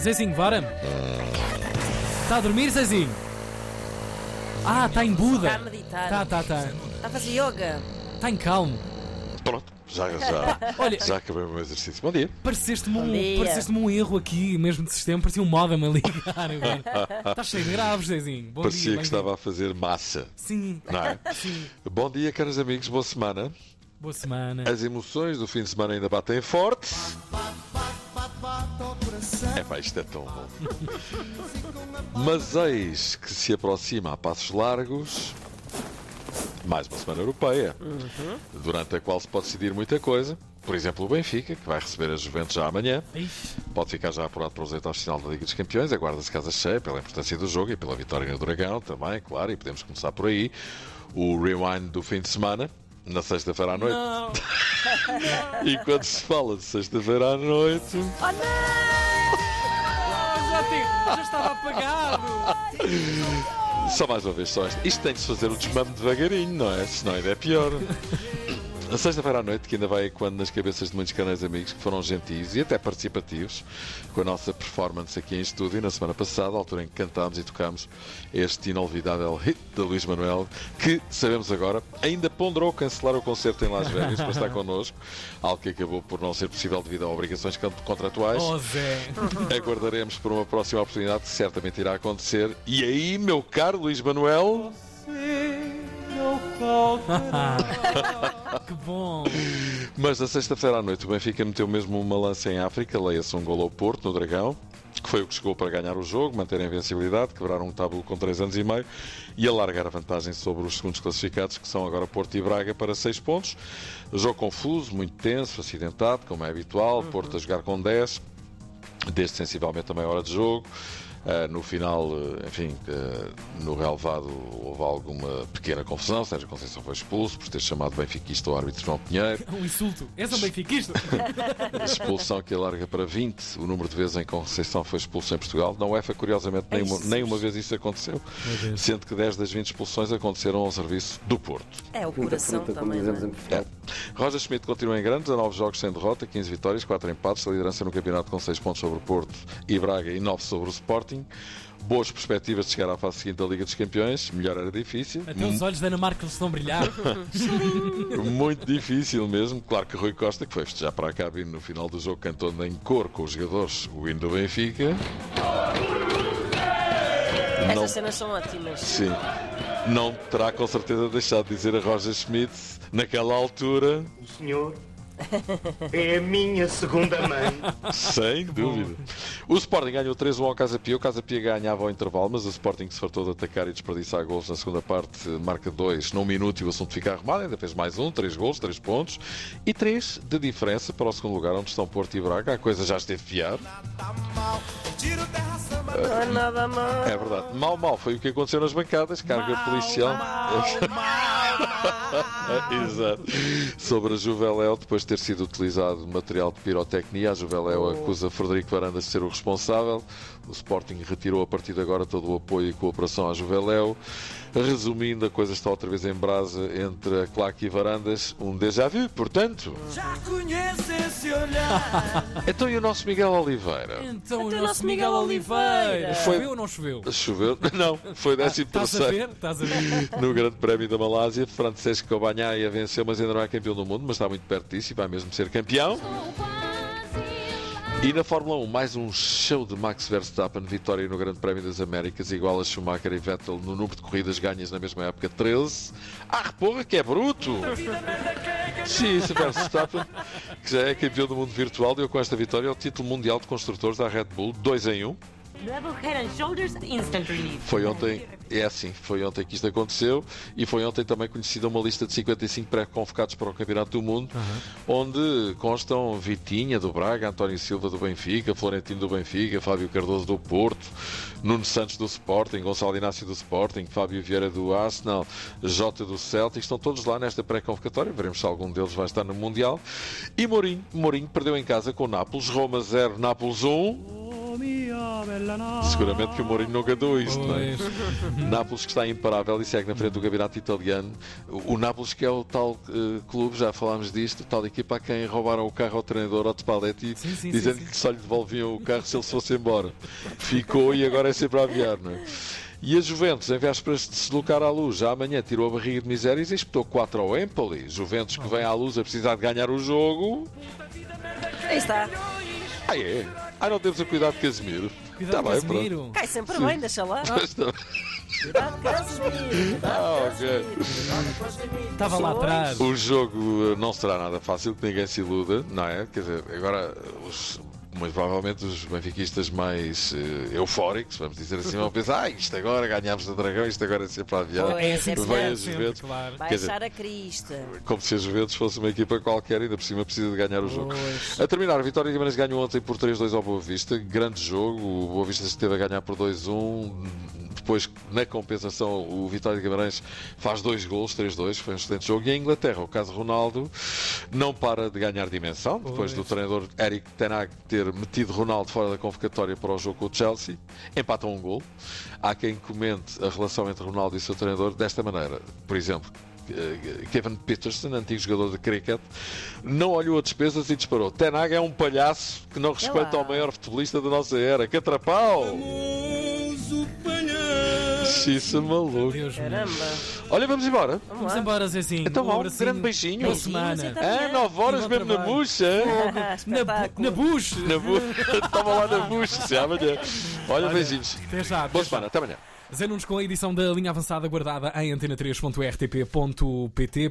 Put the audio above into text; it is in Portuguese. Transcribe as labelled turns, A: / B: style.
A: Zezinho, vara-me. Está a dormir, Zezinho? Ah, está em
B: Está a
A: Buda. Tá,
B: meditar.
A: Está, está, está.
B: Está a fazer yoga.
A: Está Tá em calmo.
C: Pronto, já, já,
A: Olha,
C: já acabei o meu exercício. Bom dia.
A: pareceste-me
B: Bom
A: um,
B: dia.
A: pareceste-me um erro aqui, mesmo de sistema. Parecia um modem a ligar. mano. Estás cheio de graves, Zezinho. Bom
C: Parecia
A: dia,
C: que
A: bem-vindo.
C: estava a fazer massa,
A: Sim,
C: não é?
A: sim.
C: Bom dia, caros amigos, boa semana.
A: Boa semana.
C: As emoções do fim de semana ainda batem forte. É pá, isto é tão bom. Mas eis que se aproxima a passos largos mais uma semana europeia,
A: Uhum.
C: durante a qual se pode decidir muita coisa. Por exemplo, o Benfica, que vai receber a Juventus já amanhã.
A: Ixi,
C: Pode ficar já apurado para os oitavos de final da Liga dos Campeões. Aguarda-se casa cheia pela importância do jogo e pela vitória no Dragão também, claro. E podemos começar por aí. O rewind do fim de semana, na sexta-feira à noite.
A: Não.
C: E quando se fala de sexta-feira à noite,
B: Oh não!
A: Já, te- já estava apagado.
C: só mais uma vez, só esta. Isto tem de se fazer um desmame devagarinho, não é? Senão ainda é pior. A sexta-feira à noite, que ainda vai ecoando nas cabeças de muitos canais amigos que foram gentis e até participativos com a nossa performance aqui em estúdio na semana passada, à altura em que cantámos e tocámos este inolvidável hit de Luís Manuel, que, sabemos agora, ainda ponderou cancelar o concerto em Las Vegas para estar connosco, algo que acabou por não ser possível devido a obrigações contratuais.
A: Oh, Zé.
C: Aguardaremos por uma próxima oportunidade que certamente irá acontecer. E aí, meu caro Luís Manuel,
A: Ah, Que bom.
C: mas na sexta-feira à noite o Benfica meteu mesmo uma lança em África, leia-se um gol ao Porto, no Dragão, que foi o que chegou para ganhar o jogo, manter a invencibilidade, quebrar um tabu com 3 anos e meio e alargar a vantagem sobre os segundos classificados, que são agora Porto e Braga, para 6 pontos. Jogo confuso, muito tenso, acidentado, como é habitual, Porto a jogar com 10, desde sensivelmente a meia hora de jogo. Ah, no final, eh, enfim, eh, no relevado houve alguma pequena confusão. Sérgio Conceição foi expulso por ter chamado benfiquista o árbitro João Pinheiro.
A: Um insulto. És um benfiquista.
C: Expulsão que alarga para 20 o número de vezes em que Conceição foi expulso em Portugal. Na UEFA, curiosamente, nem uma, nem uma vez isso aconteceu, sendo que 10 das 20 expulsões aconteceram ao serviço do Porto.
B: É o
D: Muita
B: coração
D: fruta, como
B: também, não
D: dizemos
B: é?
D: em Portugal.
C: Roger Schmidt continua em grande, 19 jogos sem derrota, 15 vitórias, 4 empates, a liderança no campeonato com 6 pontos sobre o Porto e Braga e 9 sobre o Sporting. Boas perspectivas de chegar à fase seguinte da Liga dos Campeões, melhor era difícil.
A: Até os olhos da Ana Marca estão a brilhar.
C: Muito difícil mesmo. Claro que Rui Costa, que foi festejar para a cabine no final do jogo, cantou em cor com os jogadores o hino do Benfica. Não,
B: Essas cenas são ótimas.
C: sim. Não terá com certeza deixado de dizer a Roger Schmidt, naquela altura,
E: O senhor é a minha segunda mãe.
C: Sem dúvida. O Sporting ganhou 3-1 ao Casa Pia. O Casa Pia ganhava ao intervalo, mas o Sporting se fartou de atacar e desperdiçar gols na segunda parte. Marca 2 num minuto e o assunto fica arrumado. Ainda fez mais um, 3 gols, 3 pontos. E 3 de diferença para o segundo lugar, onde estão Porto e Braga. A coisa já esteve fiar.
B: Não é nada mal.
C: É verdade. Mal, mal foi o que aconteceu nas bancadas. Carga policial. Exato. Sobre a Juveléu, depois de ter sido utilizado material de pirotecnia, a
F: Oh.
C: Juveléu acusa Frederico Varandas de ser o responsável. O Sporting retirou a partir de agora todo o apoio e cooperação à Juveléu. Resumindo, a coisa está outra vez em brasa entre a Claque e Varandas. Um déjà vu, portanto.
F: Já conhece esse olhar.
C: Então e o nosso Miguel Oliveira?
A: Então, o nosso Miguel Oliveira.
B: Oliveira.
A: Choveu ou não choveu?
C: Choveu? Não, foi
F: Ah,
C: décimo
A: Estás a
C: terceiro.
A: ver? Estás a ver?
C: No Grande Prémio da Malásia, Francesco Banhaia venceu, mas ainda não é campeão do mundo, mas está muito perto disso e vai mesmo ser campeão. E na Fórmula 1, mais um show de Max Verstappen, vitória no Grande Prémio das Américas, igual a Schumacher e Vettel no número de corridas ganhas na mesma época, 13. Ah, porra, que é bruto! Sim, isso, Verstappen, que já é campeão do mundo virtual, deu com esta vitória o título mundial de construtores da Red Bull, 2 em 1. Um.
B: Double head and shoulders, instant relief.
C: Foi ontem, é assim, foi ontem que isto aconteceu e foi ontem também conhecida uma lista de 55 pré-convocados para o Campeonato do Mundo, onde constam Vitinha do Braga, António Silva do Benfica, Florentino do Benfica, Fábio Cardoso do Porto, Nuno Santos do Sporting, Gonçalo Inácio do Sporting, Fábio Vieira do Arsenal, Jota do Celtic, estão todos lá nesta pré-convocatória, veremos se algum deles vai estar no Mundial. E Mourinho, Mourinho perdeu em casa com o Nápoles, Roma 0, Nápoles 1. Seguramente que o Mourinho nunca deu isto, não é?
A: Pois.
C: Nápoles que está imparável e segue na frente do campeonato italiano. O o Nápoles que é o tal eh, clube, já falámos disto, tal equipa a quem roubaram o carro ao treinador, ao Spalletti,
A: Sim, sim,
C: dizendo
A: sim, sim.
C: que só lhe devolviam o carro se ele se fosse embora. Ficou e agora é sempre a aviar, não é? E a Juventus, em vésperas de se deslocar à luz, já amanhã tirou a barriga de misérias e espetou 4 ao Empoli. Juventus que vem à luz a precisar de ganhar o jogo.
D: Aí está.
C: Ah, é? Ah, não temos a cuidar de Casemiro.
A: Cuidado
C: Tá
A: com
C: bem,
A: esse Miro.
D: Cai sempre bem, deixa lá.
C: pronto. Está bem.
B: é
C: Ah, ok.
B: assim.
A: Estava lá atrás.
C: O jogo eh, não será nada fácil, que ninguém se iluda, não é? Quer dizer, agora os. Mas provavelmente os benfiquistas mais eh, eufóricos, vamos dizer assim, vão pensar: ah, isto agora ganhámos no Dragão, isto agora é sempre a aviar.
D: Pois,
A: É assim que se
D: Vai
A: faz
C: às
A: sempre,
C: vezes.
A: claro.
C: Quer
D: Baixar a crista.
C: Como se a Juventus fosse uma equipa qualquer, ainda por cima precisa de ganhar o jogo.
A: Pois.
C: A terminar, a Vitória de Guimarães ganhou ontem por 3-2 ao Boa Vista. Grande jogo. O Boa Vista esteve a ganhar por 2-1. Depois, na compensação, o Vitória de Guimarães faz dois gols, 3-2. Foi um excelente jogo. E a Inglaterra, o caso Ronaldo, não para de ganhar dimensão. Depois do
A: Pois.
C: treinador Eric Tenag ter metido Ronaldo fora da convocatória para o jogo com o Chelsea, empatam um gol. Há quem comente a relação entre Ronaldo e seu treinador desta maneira. Por exemplo, eh, Kevin Peterson, antigo jogador de cricket, não olhou a despesas e disparou. Tenag é um palhaço que não respeita
D: lá.
C: o maior futebolista da nossa era. Que atrapau! Xissa maluco.
A: Deus meu.
B: Caramba.
C: Olha, vamos embora.
A: Vamos embora, Zezinho.
C: Então
A: Um
C: vá, um
A: abracinho.
C: grande beijinho.
A: Boa
D: Beijinhos,
A: semana.
D: então.
C: Ah,
D: Amanhã.
C: 9 horas
A: E bom
C: mesmo na
A: trabalho.
C: bucha.
D: Ah,
A: Na, bu-
D: espetáculo.
A: na Bush.
C: Na bu... Estava lá na bucha. Até amanhã. Olha, beijinhos.
A: Até já. até
C: Boa
A: já.
C: semana. Até amanhã.
A: Zé Nunes com a edição da linha avançada guardada em antena3.rtp.pt.